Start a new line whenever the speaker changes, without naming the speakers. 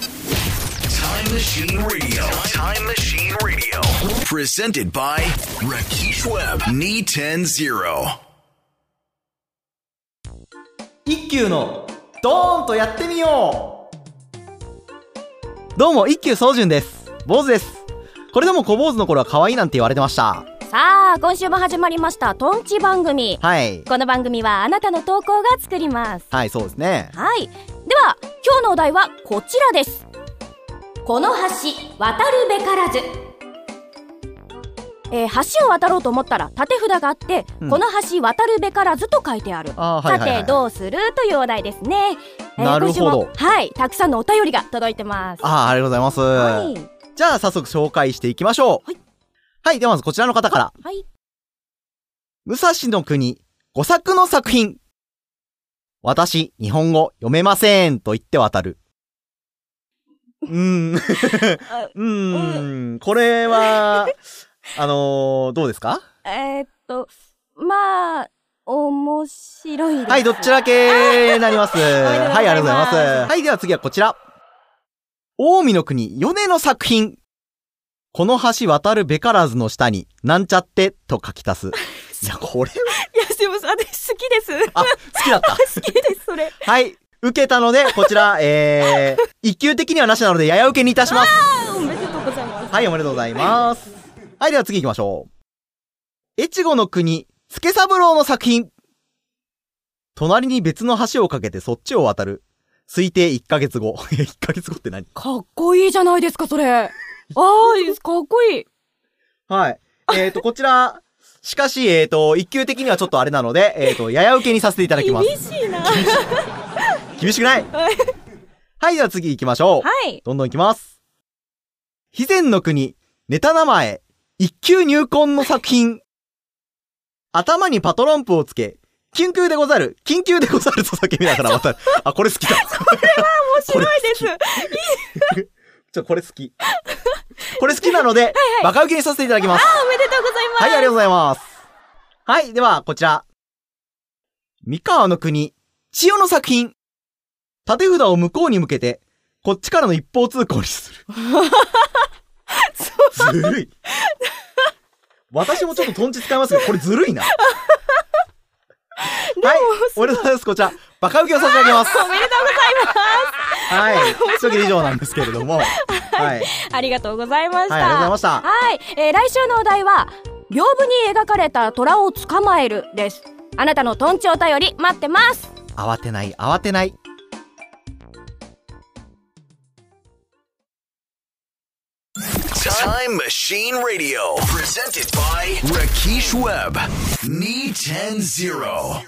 Time Machine Radio. Time Machine Radio. Presented by Rakesh Webb. E Knee 10 0.
一休のドーンとやってみようどうも一休総順です坊主ですこれでも小坊主の頃は可愛いなんて言われてました
さあ今週も始まりましたトンチ番組
はい
この番組はあなたの投稿が作ります
はいそうですね
はいでは今日のお題はこちらですこの橋渡るべからずえー橋を渡ろうと思ったら縦札があって、
うん
この橋渡るべからずと書いてある
あーはいはいはい
さてどうするというお題ですね、
なるほど
今週もはいたくさんのお便りが届いてます
ああありがとうございます、
はい
じゃあ早速紹介していきましょう
はい
はいではまずこちらの方から
はい
武蔵の国5作の作品私日本語読めませんと言って渡るうーんう
あ
ーんこれはあのー、どうですか
えーっとまあ面白いで す
はい、どちら系になります。
あ
はい、ありがとうございます。
ありがとうございま
はい、では次はこちら。近江の国、米の作品。この橋渡るべからずの下に、なんちゃって、と書き足す。 いや、これ、
いや、でもさ、私好きです。
あ、好きだ った。
好きです、それ。
はい、受けたので、こちら、えー、一級的にはなしなので、やや受けにいたします。
おめでとうございます。
はい、おめでとうございます。はい、では次行きましょう。越後の国、助三郎の作品。隣に別の橋を架けてそっちを渡る。推定1ヶ月後。 いや、1ヶ月後って何
かっこいいじゃないですか、そ れ。ああ、いいですかっこいい。
はい。えっ、ー、と、こちら、しかし、えっ、ー、と、一級的にはちょっとあれなので、えっ、ー、と、やや受けにさせていただきま
厳
す。
しいな。は
厳しくない
はい
はい、では次行きましょう。
い。
どんどん行きます。肥前の国、ネタ名前、一級入魂の作品。頭にパトロンプをつけ、緊急でござる、緊急でござると叫びながら渡る。あ、これ好きだ。
面白いです。
ちょ、これ好き。これ好きなので、バカ受けにさせていただきます。
おめでとうございます。
はい、ありがとうございます。はい、では、こちら。三河の国、千代の作品。縦札を向こうに向けて、こっちからの一方通行にす る。ずるい。私もちょっとトンチ使いますけど、これずるいな。はい、おめでとうございます。こちら、バカ受けを差し上げます。
おめでとうござい
はい。というわけで以上なんですけれども。はい。
ます。ありがとうございました。
はいありがとうございました
はい。えー来週のお題は、屏風に描かれた虎を捕まえるです。あなたのトンチお便り待ってます。
慌てない、慌てない。
Time Machine E Radio. Presented by Rakesh Webb. Knee 10 0.